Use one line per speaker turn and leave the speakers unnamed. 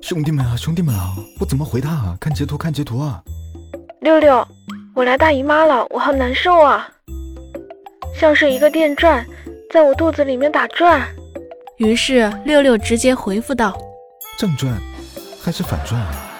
兄弟们啊，兄弟们啊，我怎么回他啊？看截图，看截图啊！
六六，我来大姨妈了，我好难受啊，像是一个电钻在我肚子里面打转。
于是六六直接回复道：“
正转还是反转啊？